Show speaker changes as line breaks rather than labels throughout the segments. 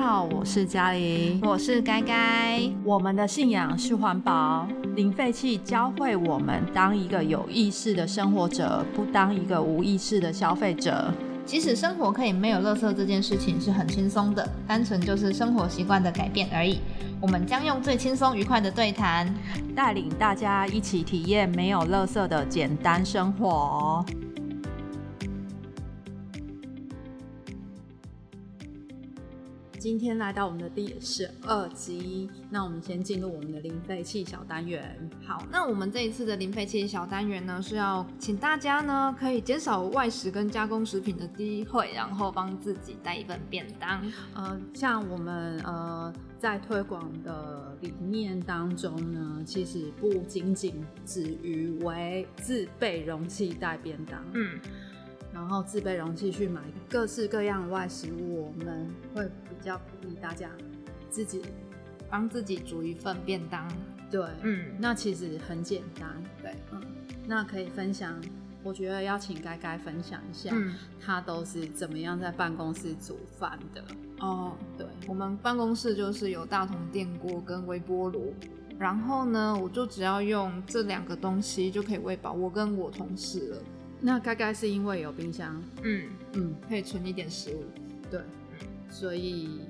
好，我是嘉玲。
我是该该，
我们的信仰是环保，零废弃教会我们当一个有意识的生活者，不当一个无意识的消费者。
即使生活可以没有垃圾这件事情是很轻松的，单纯就是生活习惯的改变而已。我们将用最轻松愉快的对谈，
带领大家一起体验没有垃圾的简单生活。今天来到我们的第十二集，那我们先进入我们的零废弃小单元。
好，那我们这一次的零废弃小单元呢，是要请大家呢可以减少外食跟加工食品的机会，然后帮自己带一份便当。
呃，像我们呃在推广的理念当中呢，其实不仅仅止于为自备容器带便当，
嗯，
然后自备容器去买各式各样的外食物，我们会比较鼓励大家自己
帮自己煮一份便当。
对，
嗯，
那其实很简单，
对，
嗯，那可以分享。我觉得要请该该分享一下，
嗯，
他都是怎么样在办公室煮饭的。
哦，对，我们办公室就是有大同电锅跟微波炉，然后呢，我就只要用这两个东西就可以喂饱我跟我同事了。
那该该是因为有冰箱，
嗯，
嗯，
可以存一点食物，
对，所以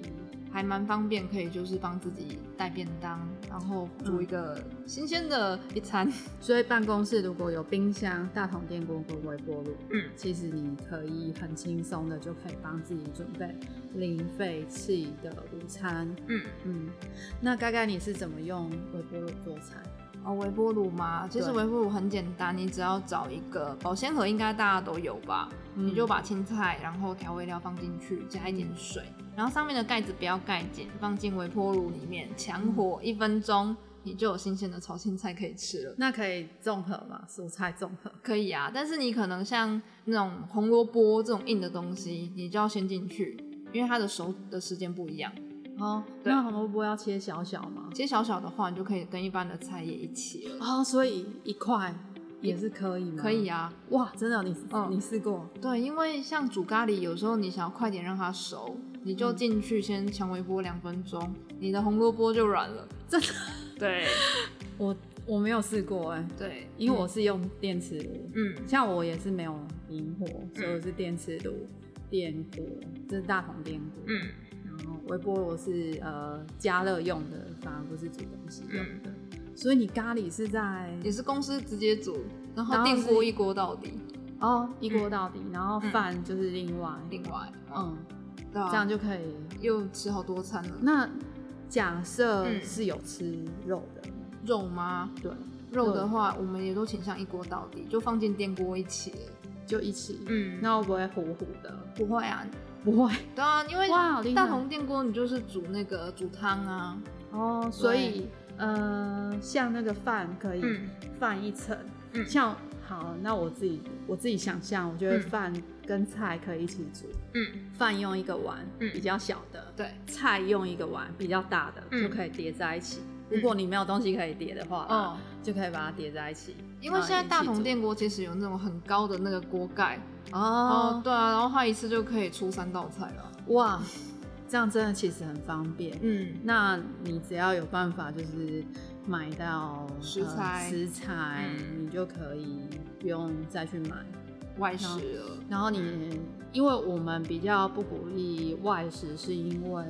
还蛮方便，可以就是帮自己带便当，然后煮一个新鲜的一餐。
所以办公室如果有冰箱、大桶电锅跟微波炉，
嗯，
其实你可以很轻松的就可以帮自己准备零废弃的午餐。
嗯，
嗯，那该该你是怎么用微波炉做菜？
哦，微波炉嘛，其实
对
微波炉很简单，你只要找一个保鲜盒，应该大家都有吧？
嗯
你就把青菜，然后调味料放进去，加一点水，然后上面的盖子不要盖紧，放进微波炉里面，强火一分钟，你就有新鲜的炒青菜可以吃了。
那可以综合嘛，蔬菜综合。
可以啊，但是你可能像那种红萝卜这种硬的东西，你就要先进去，因为它的熟的时间不一样。
哦，
对
那红萝卜要切小小吗？
切小小的话，你就可以跟一般的菜叶一起了。
哦，所以一块也是可以吗？
可以
啊。
啊，
哇，真的哦，你、
嗯
你试过？
对，因为像煮咖喱，有时候你想要快点让它熟，你
嗯
就进去先强微波两分钟，你的红萝卜就软了。
真的？
对
我我没有试过哎、
对，
因为我是用电磁炉。
嗯
像我也是没有明火，所以我是电磁炉、电锅，这是大同电锅。
嗯
然后微波炉是呃加热用的，反而不是煮东西用
嗯
的。所以你咖喱是在
也是公司直接煮，然
然
后
后
电
是
锅一锅到底。
哦一锅到底，然后饭就是另外，
嗯另外，
嗯，
对啊，
这样就可以。
又吃好多餐了。
那假设
嗯
是有吃肉的，
肉吗？
对，
肉的话，我们也都倾向一锅到底，就放进电锅一起了。
就一起，
嗯
那会不会糊糊的？
不会啊，
不会，
对啊，因为
哇，好厉害
大同电锅你就是煮那个煮汤啊，
哦，所以呃，像那个饭可以
嗯
饭一层，
嗯
像好，那我自己我自己想象，我觉得
嗯
饭跟菜可以一起煮，
嗯，
饭用一个碗，
嗯
比较小的，
对，
菜用一个碗比较大的，
嗯
就可以叠在一起。
嗯
如果你没有东西可以叠的话，
哦，
就可以把它叠在一起。
因为现在大同
店
电锅其实有那种很高的那个锅盖，哦
哦，，
对啊，然后它一次就可以出三道菜了。
哇， 这样真的其实很方便。
嗯
那你只要有办法，就是买到
食
呃
材
食材、
嗯
你就可以不用再去买。
外食了，
然后你，因为我们比较不鼓励外食，是因为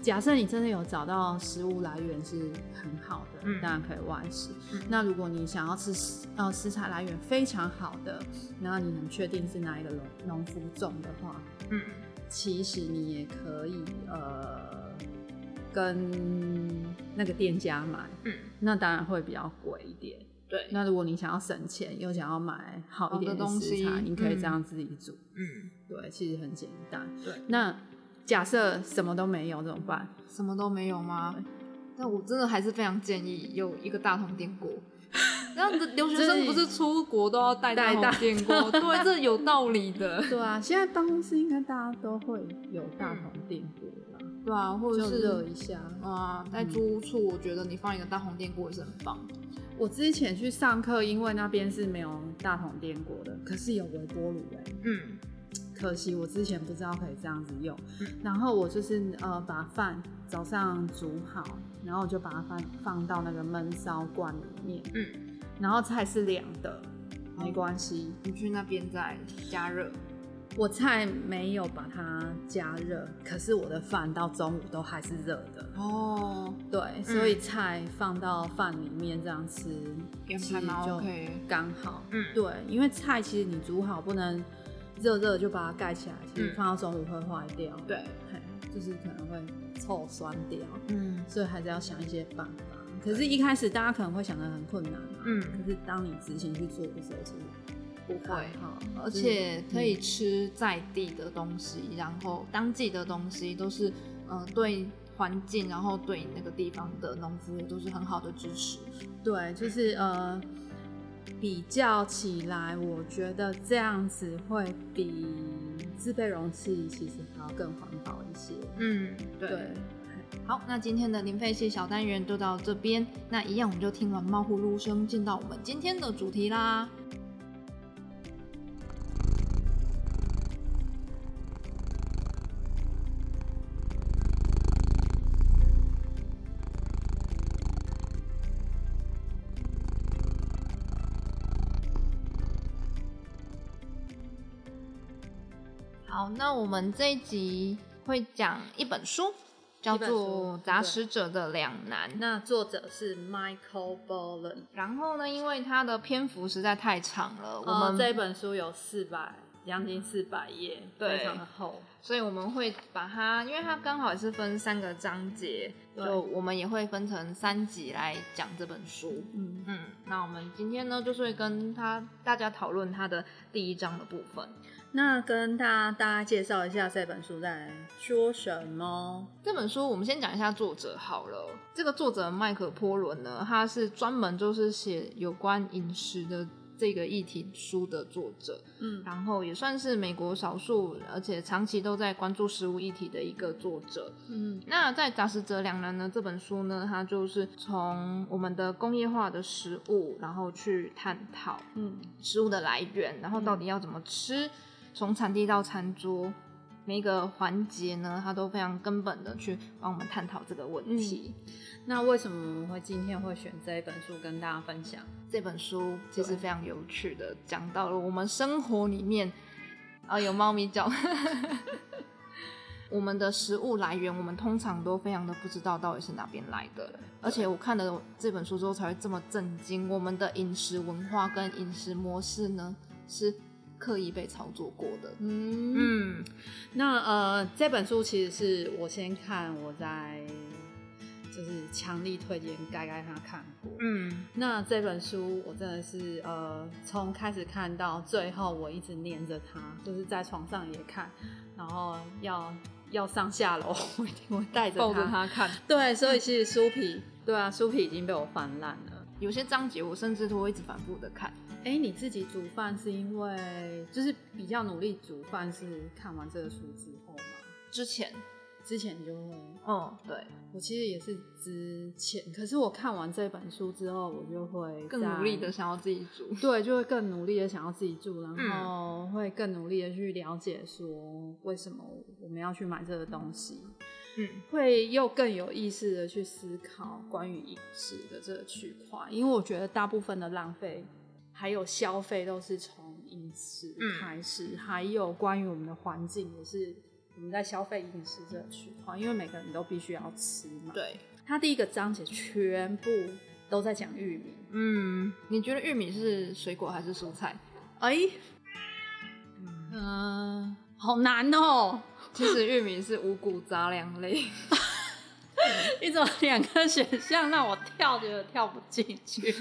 假设你真的有找到食物来源是很好的，
嗯
当然可以外食。
嗯
那如果你想要吃食呃食材来源非常好的，然后你很确定是哪一个农农夫种的话，
嗯，
其实你也可以呃跟那个店家买，
嗯，
那当然会比较贵一点。
对，
那如果你想要省钱又想要买好一点
好的东
食
西
材，你可以
嗯
这样自己煮。
嗯，
对，其实很简单。
对，
那假设什么都没有怎么办？
什么都没有吗？但我真的还是非常建议有一个大同电 锅。然后留学生不是出国都要带大
带大
同电锅？对，这有道理 的。
对啊，现在办公室应该大家都会有大同电锅啦，
对啊，或者
就是热一下。
啊，在租屋处，我觉得你放一个大红电锅也是很棒。
我之前去上课，因为那边是没有大同电锅的，可是有微波炉哎、
嗯，
可惜我之前不知道可以这样子用
嗯。
然后我就是呃把饭早上煮好，然后我就把它放放到那个焖烧罐里面。
嗯，
然后菜是凉的，没关系。
你去那边再加热，
我菜没有把它加热，可是我的饭到中午都还是热的。
哦，
对，所以菜放到饭里面这样吃，
也
其
还
实
蛮
就
OK。
刚好。
嗯
对，因为菜其实你煮好不能热热就把它盖起来，其实
嗯
放到中午会坏掉。
对，
嘿，就是可能会臭酸掉，
嗯
所以还是要想一些办法。可是，一开始大家可能会想的很困难嘛，
嗯，
可是当你执行去做的时候，其实
不
还
会。
好，
而
就是嗯
且可以吃在地的东西，然后当季的东西都是，呃，对环境，然后对那个地方的农夫都是很好的支持。
对，就是呃，比较起来，我觉得这样子会比自备容器其实还要更环保一些。
嗯，
对，
好，那今天的零废弃小单元就到这边。那一样，我们就听完猫呼噜声，进到我们今天的主题啦。好，那我们这一集会讲一本书，叫
一本书
做《杂食者的两难》。
那作者是 Michael Bolan，
然后呢，因为它的篇幅实在太长了，我
呃
们、，
这一本书有四百，将近四百页，
对
非常的厚。
所以我们会把它，因为它刚好也是分三个章节，
对
就我们也会分成三集来讲这本书。
嗯，
嗯，那我们今天呢，就是会跟他大家讨论它的第一章的部分。
那跟大家大家介绍一下这本书在说什么。
这本书我们先讲一下作者好了。这个作者麦克波伦呢，他是专门就是写有关饮食的这个议题书的作者，
嗯
然后也算是美国少数，而且长期都在关注食物议题的一个作者。
嗯
那在《杂食者两难》呢这本书呢，它就是从我们的工业化的食物，然后去探讨
嗯，
食物的来源，然后到底要怎么吃，从产地到餐桌，每一个环节呢，它都非常根本的去帮我们探讨这个问题。
那为什么我们会今天会选这一本书跟大家分享？
这本书其实
对
非常有趣的，讲到了我们生活里面，啊、有猫咪叫。 我们的食物来源，我们通常都非常的不知道到底是哪边来的。而且我看了这本书之后，才会这么震惊。我们的饮食文化跟饮食模式呢，是刻意被操作过的。
嗯
嗯，
那呃，这本书其实是我先看，我在就是强力推荐该该他看过。
嗯
那这本书我真的是呃，从开始看到最后，我一直黏着它，就是在床上也看，然后要要上下楼，我一定会带着
抱着
它。
它看，
对，所以其实书皮，对啊，书皮已经被我翻烂了。
有些章节我甚至都会一直反复的看。
哎、你自己煮饭是因为就是比较努力煮饭，是看完这个书之后吗？
之前，
之前你就会
嗯，对，
我其实也是之前，可是我看完这本书之后，我就会
更
在
努力的，想要自己煮。
对，就会更努力的想要自己住，然后会更努力的去了解说为什么我们要去买这个东西，
嗯
会又更有意识的去思考关于饮食的这个区块，因为我觉得大部分的浪费还有消费都是从饮食
嗯
开始，还有关于我们的环境也是我们在消费饮食这个区块，因为每个人都必须要吃嘛，。
对，
它第一个章节全部都在讲玉米。
嗯，你觉得玉米是水果还是蔬菜？
哎、嗯、好难哦、
其实玉米是五谷杂粮类。
一种两个选项让我跳，觉得跳不进 去。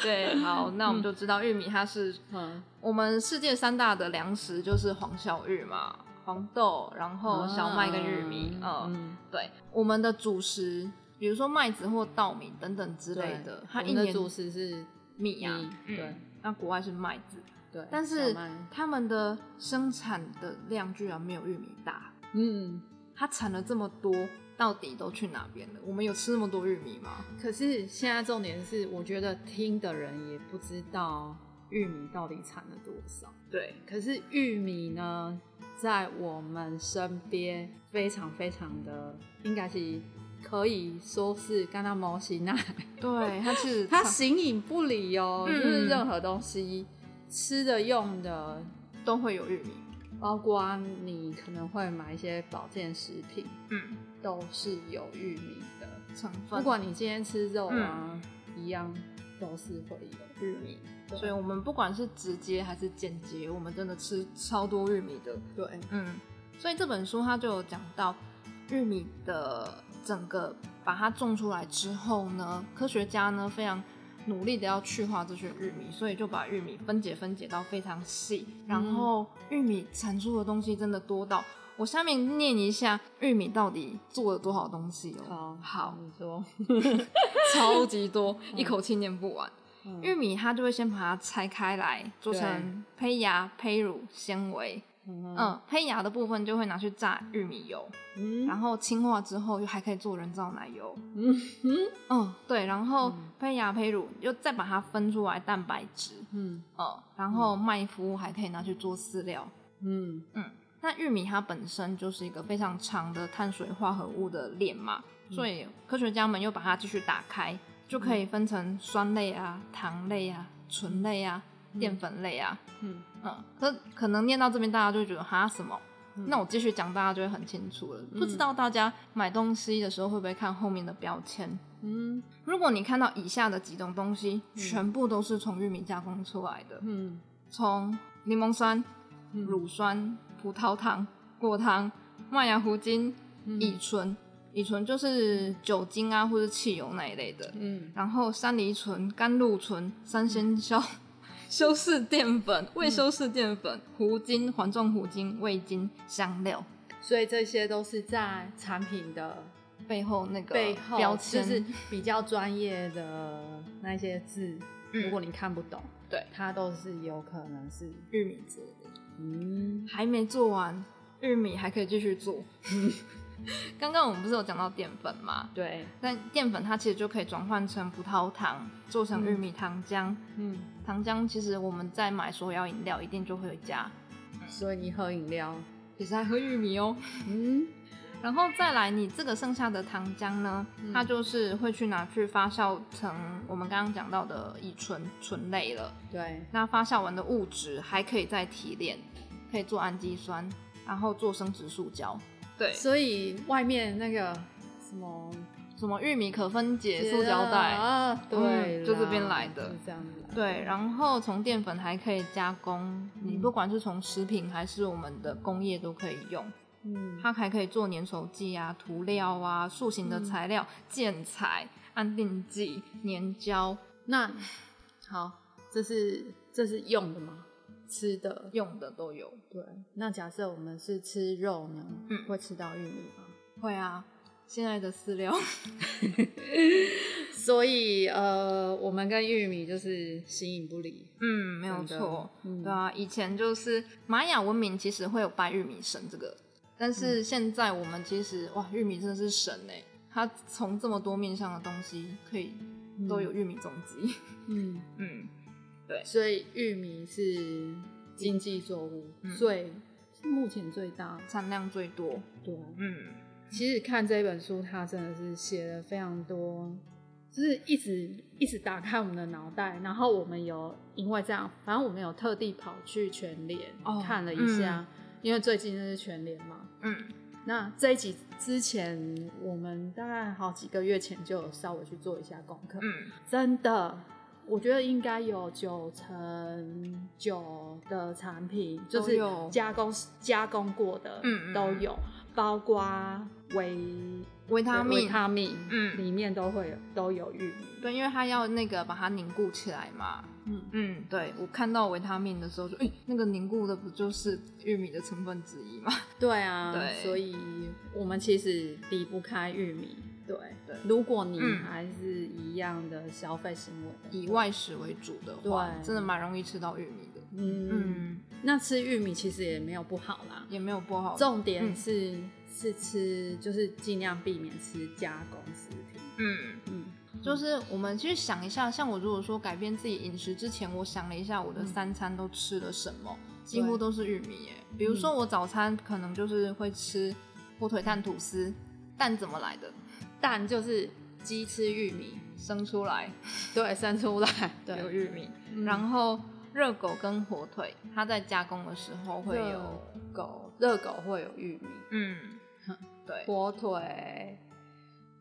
对，好，那我们就知道玉米它是
嗯，
我们世界三大的粮食，就是黄小玉嘛，黄豆，然后小麦跟玉米。嗯，
嗯，
对，我们的主食，比如说麦子或稻米等等之类的，它
我
一
们的
年
主食是
米呀、嗯
对
那国外是麦子，
对，
但是
小麦
他们的生产的量居然没有玉米大，
嗯，
它产了这么多，到底都去哪边了？我们有吃那么多玉米吗？
可是现在重点是，我觉得听的人也不知道玉米到底产了多少。
对，
可是玉米呢，在我们身边非常非常的，应该是可以说是跟它摩西 奈，
对，它是
它形影不离哦，
嗯
就是任何东西吃的用的，
都会有玉米，
包括啊你可能会买一些保健食品，
嗯，
都是有玉米的。
成分，
不管你今天吃肉啊，
嗯
一样都是会有
玉米。所以，我们不管是直接还是间接，我们真的吃超多玉米的。
对，
嗯，所以这本书它就有讲到玉米的整个把它种出来之后呢，科学家呢非常努力的要去化这些玉米，所以就把玉米分解分解到非常细，然后玉米产出的东西真的多到。我下面念一下玉米到底做了多少东西哦，
好，
好
你说，
超级多，一口气念不完。玉
米，
米它就会先把它拆开来，做成胚芽、胚乳、纤维。
嗯
嗯，胚芽的部分就会拿去榨玉米油，
嗯
然后氢化之后又还可以做人造奶油。
嗯
嗯，对，然后
嗯
胚芽、胚乳又再把它分出来蛋白质。
嗯
嗯，然后麦麸还可以拿去做饲料。
嗯
那玉米它本身就是一个非常长的碳水化合物的链嘛，所以科学家们又把它继续打开，就可以分成酸类啊、糖类啊、醇类啊、淀粉类啊。
嗯，
嗯，可可能念到这边，大家就会觉得哈什么？
嗯
那我继续讲，大家就会很清楚了。不知道大家买东西的时候会不会看后面的标签？
嗯
如果你看到以下的几种东西，全部都是从玉米加工出来的，
嗯
从柠檬酸、
嗯
乳酸、葡萄糖、果糖、麦芽糊精、
嗯
乙醇。乙醇就是酒精啊，或者汽油那一类的。
嗯
然后山梨醇、甘露醇、三鲜酵、 修饰淀粉、未修饰淀粉、糊精、环状糊精、味精、香料
所以这些都是在产品的
背后那个
背后，
标
就
签，
是比较专业的那些字，
嗯
如果你看不懂，
对
它都是有可能是
玉米之类的。
嗯
还没做完，玉米还可以继续做。 刚刚我们不是有讲到淀粉吗？
对，
但淀粉它其实就可以转换成葡萄糖，做成玉米糖浆。
嗯，
糖浆其实我们在买手摇饮料一定就会有加，
所以你喝饮料，
也是爱喝玉米哦。
嗯
然后再来，你这个剩下的糖浆呢，
嗯
它就是会去拿去发酵成我们刚刚讲到的乙醇醇类了。
对，
那发酵完的物质还可以再提炼，可以做氨基酸，然后做生殖塑胶。对
所以外面那个什么
什么玉米可分解哦塑胶袋。
啊，对啦，
嗯就这边来的
是这样子来的。
对，然后从淀粉还可以加工，你
嗯
不管是从食品还是我们的工业都可以用，
嗯，
它还可以做粘稠剂啊、涂料啊、塑形的
嗯
材料、建材、安定剂、粘胶、
那好，这是这是用的吗？吃的
用的都有。
对。那假设我们是吃肉呢，
嗯
会吃到玉米吗？
会啊，现在的饲料
所以呃，我们跟玉米就是形影不离。
嗯，没有
真的
错，
嗯
对啊，以前就是玛雅文明其实会有拜玉米神这个，但
嗯
是现在我们其实哇，玉米真的是神哎、它从这么多面向的东西可以都有玉米种子，
嗯，
嗯，
所以玉米是经济作物，
嗯
最是目前最大。
产量最多，
对，
嗯，
其实看这本书，它真的是写了非常多，就是一直一直打开我们的脑袋。然后我们有因为这样，反正我们有特地跑去全联、
哦
看了一下，因为最近就是全联嘛。
嗯，
那这一集之前，我们大概好几个月前就有稍微去做一下功课，
嗯，
真的。我觉得应该有九成九的产品，就
都
是
有
加工加工过的，
嗯嗯
都有，包括维
维他
维
命，
他命，
嗯
里面都会有都有玉米，
对，因为它要那个把它凝固起来嘛，
嗯，
嗯，对我看到维他命的时候就，哎、那个凝固的不就是玉米的成分之一吗？
对啊，
对
所以我们其实离不开玉米，对
对
如果你
嗯
还是一样的消费行为的话，
以外食为主的话，
对
真的蛮容易吃到玉米的，
嗯，
嗯
那吃玉米其实也没有不好啦，
也没有不好。
重点
嗯
是、是吃，就是尽量避免吃加工食品，
嗯，
嗯，
就是我们去想一下，像我如果说改变自己饮食之前，我想了一下
嗯
我的三餐都吃了什么，几乎都是玉米耶。比如
嗯
说我早餐可能就是会吃火腿蛋吐司，蛋怎么来的？
蛋就是鸡吃玉米，
生出来
对，生出来，对，
有玉米，
嗯
然后热狗跟火腿，它在加工的时候会有
热，狗热狗会有玉米，
嗯，对，
火腿，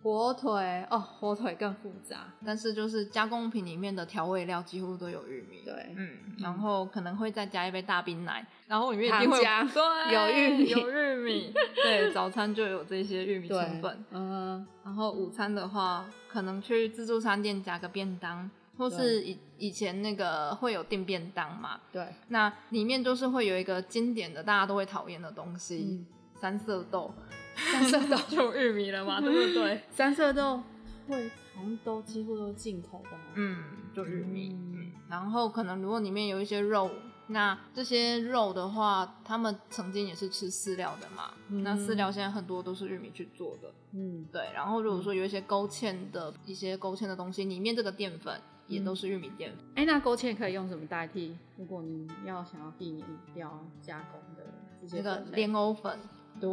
火腿哦，火腿更复杂，
但是就是加工品里面的调味料几乎都有玉米，
对
嗯，然后可能会再加一杯大冰奶，然后里面一定
糖
会有
浆
对
有玉米
有玉米，对，早餐就有这些玉米
对
成分，，
嗯、
然后午餐的话，可能去自助餐店夹个便当，或是以以前那个会有订便当嘛，
对，
那里面就是会有一个经典的大家都会讨厌的东西，
嗯，
三色豆，
三色豆
就有玉米了嘛，对不对？
三色豆会好像都几乎都是进口的、嗯，
嗯，就玉米。
嗯
嗯，然后可能如果里面有一些肉，那这些肉的话，他们曾经也是吃饲料的嘛。
嗯
那饲料现在很多都是玉米去做的，
嗯，
对。然后如果说有一些勾芡的一些勾芡的东西，里面这个淀粉也都是玉米淀粉。
哎、那勾芡可以用什么代替？如果你要想要避免掉加工的这些
这个
粉类
莲藕粉，
对，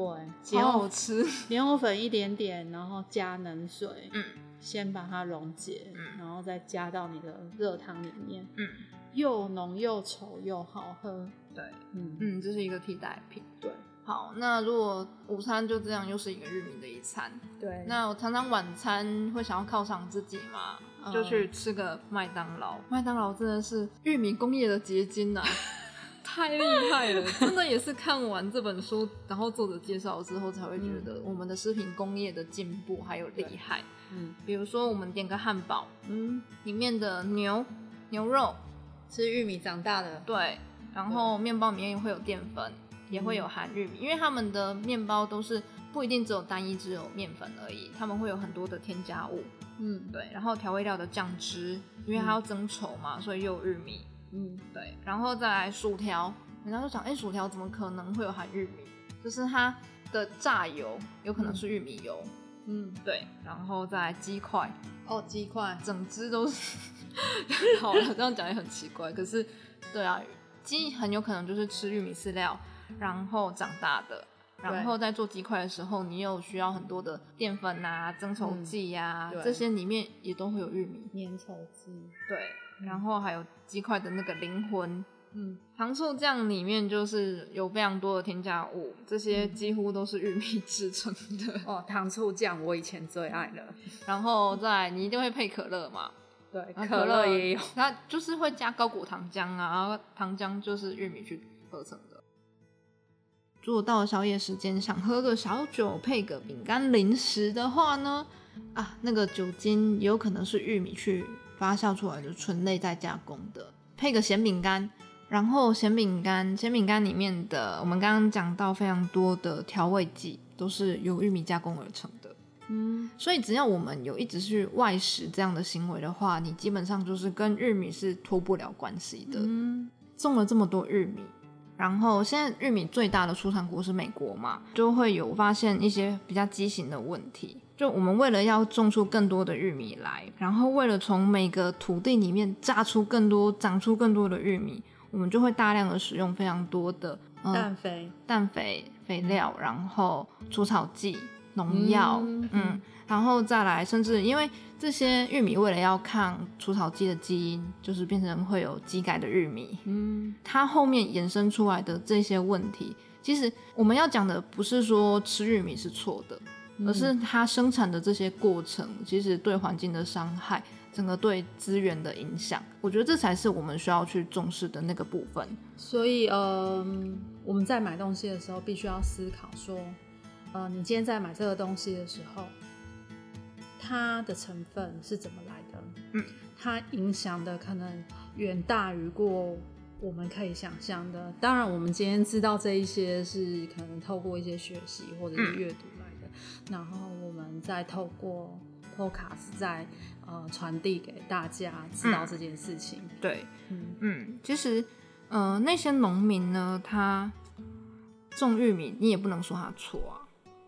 好
哦
好吃。
莲藕粉一点点，然后加冷水，
嗯
先把它溶解，
嗯
然后再加到你的热汤里面，
嗯
又浓又稠又好喝。
对，
嗯
嗯，这是一个替代品。
对
好，那如果午餐就这样，又是一个玉米的一餐。
对
那我常常晚餐会想要犒赏自己嘛，
嗯
就去吃个麦当劳。麦当劳真的是玉米工业的结 晶啊，太厉害了！真的也是看完这本书，然后作者介绍之后，才会觉得我们的食品工业的进步还有厉害。
嗯
比如说，我们点个汉堡，
嗯，
里面的牛牛肉，
吃玉米长大的，
对，然后面包里面也会有淀粉，也会有
嗯
含玉米，因为他们的面包都是不一定只有单一只有面粉而已，他们会有很多的添加物。
嗯
对，然后调味料的酱汁，因为它要增稠嘛，所以又有玉米。
嗯，
对，然后再来薯条，人家就想，哎、薯条怎么可能会有含玉米？就是它的榨油有可能是玉米油，
嗯，
对，然后再来鸡块，
哦，鸡块，
整只都 是。好了，这样讲也很奇怪，可是，对啊，鸡很有可能就是吃玉米饲料，然后长大的。然后在做鸡块的时候，你有需要很多的淀粉啊、增稠剂呀、啊
嗯对
这些里面也都会有玉米。
粘稠剂，
对，然后还有鸡块的那个灵魂。
嗯
糖醋酱里面就是有非常多的添加物，这些
嗯
几乎都是玉米制成的。
哦，糖醋酱我以前最爱了，
然后再来你一定会配可乐嘛，
对，
然后
啊可乐也有，，
它就是会加高果糖浆啊，然后糖浆就是玉米去合成的。如果到了宵夜时间，想喝个小酒配个饼干零食的话呢，啊，那个酒精也有可能是玉米去发酵出来的醇类再加工的，配个咸饼干。然后咸饼干，咸饼干里面的我们刚刚讲到非常多的调味剂都是由玉米加工而成的。
嗯
所以只要我们有一直去外食这样的行为的话，你基本上就是跟玉米是脱不了关系的。
嗯
种了这么多玉米，然后现在玉米最大的出产国是美国嘛，就会有发现一些比较畸形的问题。就我们为了要种出更多的玉米来，然后为了从每个土地里面榨出更多、长出更多的玉米，我们就会大量的使用非常多的、呃、
氮肥，
氮肥、肥料，然后除草剂、农药，
嗯
嗯然后再来，甚至因为这些玉米为了要抗除草剂的基因，就是变成会有机改的玉米，
嗯
它后面衍生出来的这些问题，其实我们要讲的不是说吃玉米是错的，
嗯
而是它生产的这些过程，其实对环境的伤害，整个对资源的影响，我觉得这才是我们需要去重视的那个部分。
所以，嗯，我们在买东西的时候，必须要思考说，呃，你今天在买这个东西的时候，它的成分是怎么来的？
嗯，
它影响的可能远大于过我们可以想象的。当然，我们今天知道这一些是可能透过一些学习或者是阅读来的，然后我们再透过 podcast 再呃传递给大家知道这件事情。
对，
嗯
嗯，其实，呃，那些农民呢，他种玉米，你也不能说他错啊，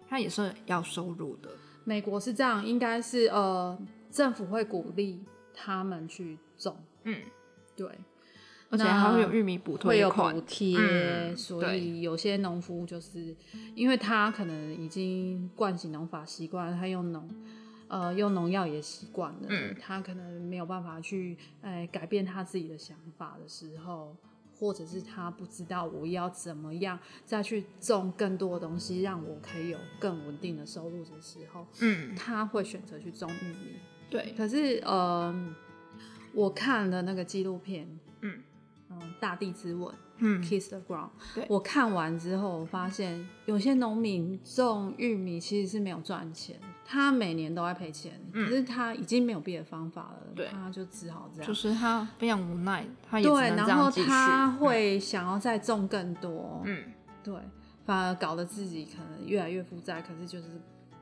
他也是要收入的。
美国是这样，应该是呃，政府会鼓励他们去种，
嗯，
对，
而且
那
还会有玉米补
会
推
有
款
补，贴，
嗯
所
对
以有些农夫就是因为他可能已经惯性农法习惯了，他用农呃用农药也习惯了，
嗯
他可能没有办法去呃改变他自己的想法的时候。或者是他不知道我要怎么样再去种更多的东西，让我可以有更稳定的收入的时候，
嗯，
他会选择去种玉米。
对，
可是，呃，我看了那个纪录片，
嗯
嗯，大地之吻》
嗯
Kiss the Ground
对。
我看完之后，我发现有些农民种玉米其实是没有赚钱，他每年都在赔钱，
嗯
可是他已经没有别的方法了，
对
他就只好这样。
就是他非常无奈，他也只
对，
能这
然后
样继续。
他会想要再种更多，
嗯，
对，反而搞得自己可能越来越负债，可是就是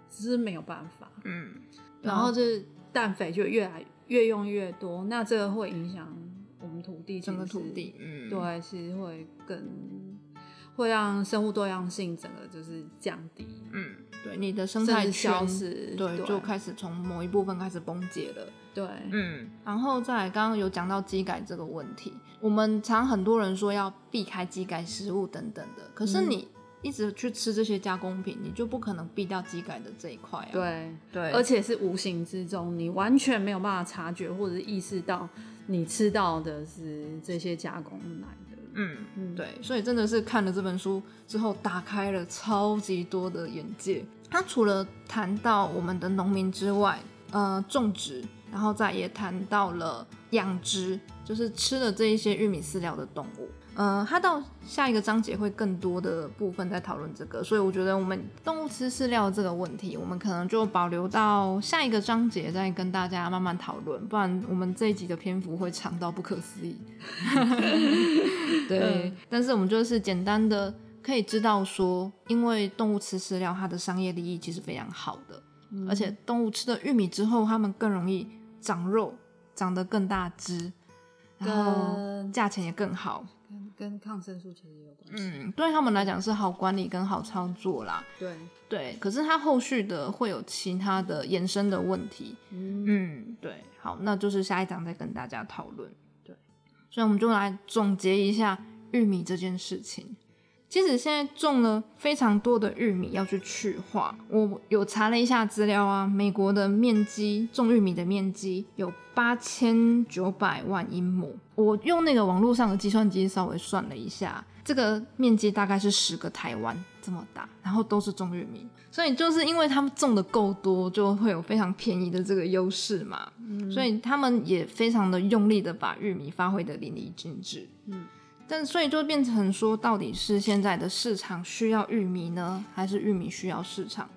只是没有办法。
嗯嗯，
然后就是氮肥就越来越用越多，那这个会影响我们土地，
整个土，地，嗯，，
对，其实会更会让生物多样性整个就是降低，
嗯，对，你的生
甚
态
至
圈
消失，
对，
对
就开始从某一部分开始崩解了。
对，
嗯，然后再来，刚刚有讲到机改这个问题，我们常很多人说要避开机改食物等等的，可是
嗯
你一直去吃这些加工品，你就不可能避掉机改的这一块啊。
对，
对，
而且是无形之中，你完全没有办法察觉或者是意识到你吃到的是这些加工来的，
嗯，
嗯，
对，所以真的是看了这本书之后，打开了超级多的眼界。它除了谈到我们的农民之外，呃，种植，然后再也谈到了养殖，就是吃了这一些玉米饲料的动物。呃，它到下一个章节会更多的部分在讨论这个，所以我觉得我们动物吃饲料这个问题，我们可能就保留到下一个章节再跟大家慢慢讨论，不然我们这一集的篇幅会长到不可思议。对，
嗯
但是我们就是简单的可以知道说，因为动物吃饲料，它的商业利益其实非常好的，
嗯
而且动物吃了玉米之后，它们更容易长肉，长得更大只，然后
跟
价钱也更好。
跟跟抗生素其实有关系，
嗯，对他们来讲是好管理跟好操作啦。
对，
对，可是它后续的会有其他的延伸的问题。
嗯
嗯，对，好，那就是下一章再跟大家讨论。对，所以我们就来总结一下玉米这件事情。其实现在种了非常多的玉米要去去化，我有查了一下资料啊，美国的面积种玉米的面积有八千九百万英亩，我用那个网络上的计算机稍微算了一下，这个面积大概是十个台湾这么大，然后都是种玉米，所以就是因为他们种的够多，就会有非常便宜的这个优势嘛，
嗯
所以他们也非常的用力的把玉米发挥的淋漓尽致。
嗯，
但所以就变成说，到底是现在的市场需要玉米呢，还是玉米需要市场？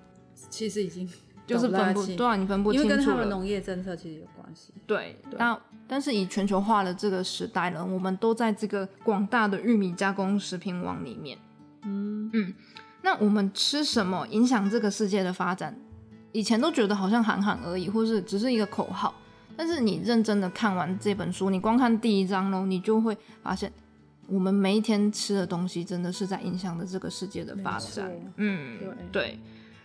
其实已经
就是
搞太
分不
清
对啊，你分不
因
清
为
楚了。
跟他们农业政策其实有关系。
对，那但是以全球化的这个时代了，我们都在这个广大的玉米加工食品网里面。
嗯
那我们吃什么影响这个世界的发展？以前都觉得好像喊喊而已，或是只是一个口号。但是你认真的看完这本书，你光看第一章喽，你就会发现，我们每一天吃的东西真的是在影响着这个世界的发展
没错。
嗯，
对
对。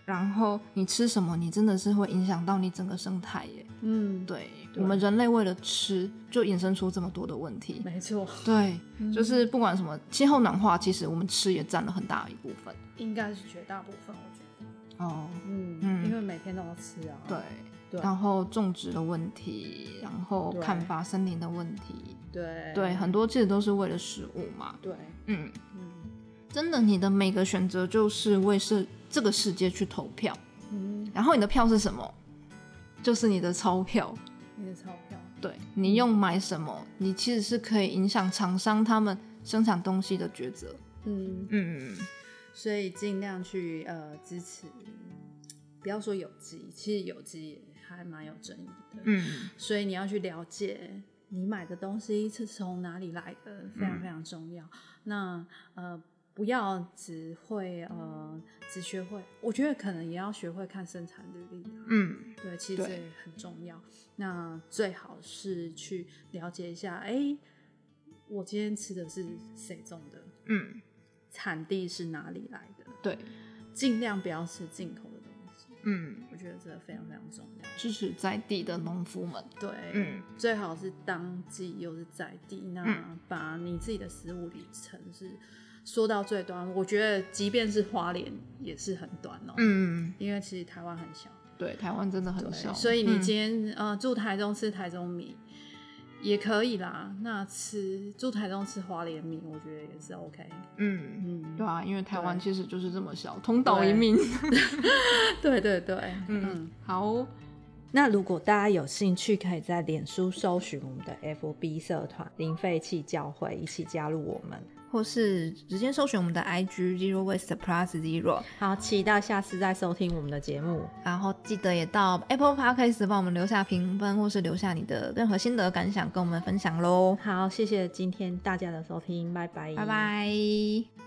然后你吃什么，你真的是会影响到你整个生态耶。
嗯，
对
对
我们人类为了吃，就衍生出这么多的问题。
没错，嗯
对，就是不管什么气候暖化，其实我们吃也占了很大一部分。
应该是绝大部分，我觉得。
哦，
嗯
嗯
因为每天都要吃啊。
对，
对
然后种植的问题，然后
对
砍伐森林的问题，
对
对，很多其实都是为了食物嘛。
对，
嗯，
嗯
真的，你的每个选择就是为世这个世界去投票，
嗯，
然后你的票是什么？就是你的钞票。
你的钞票，
对你用买什么，你其实是可以影响厂商他们生产东西的抉择。
嗯，
嗯，
所以尽量去呃支持，不要说有机，其实有机也还蛮有争议的。
嗯，
所以你要去了解你买的东西是从哪里来的，非
嗯
常非常重要。那呃，不要只会呃只学会，我觉得可能也要学会看生产履历啊。
嗯，
对，其实
对
这也很重要。那最好是去了解一下，哎、我今天吃的是谁种的，
嗯，
产地是哪里来的，
对，
尽量不要吃进口的东西。
嗯，
我觉得这个非常非常重要。
支持在地的农夫们。
对，
嗯，
最好是当季又是在地，那把你自己的食物里程是说到最短。我觉得即便是花莲也是很短哦、
嗯，
因为其实台湾很小，
对，台湾真的很小，
对，所以你
嗯
今天、呃住台中吃台中米也可以啦。那吃住台中吃花莲米，我觉得也是 OK。
嗯。
嗯，
对啊，因为台湾
对
其实就是这么小，同岛一 命。
对对对，
嗯，好，
那如果大家有兴趣，可以在脸书搜寻我们的 FB 社团“零废弃教会”，一起加入我们。
或是直接搜寻我们的 IG Zero Waste Plus Zero，
好，期待下次再收听我们的节目。
然后记得也到 Apple Podcast 帮我们留下评分，或是留下你的任何心得感想跟我们分享喽。
好，谢谢今天大家的收听，拜拜，
拜。拜。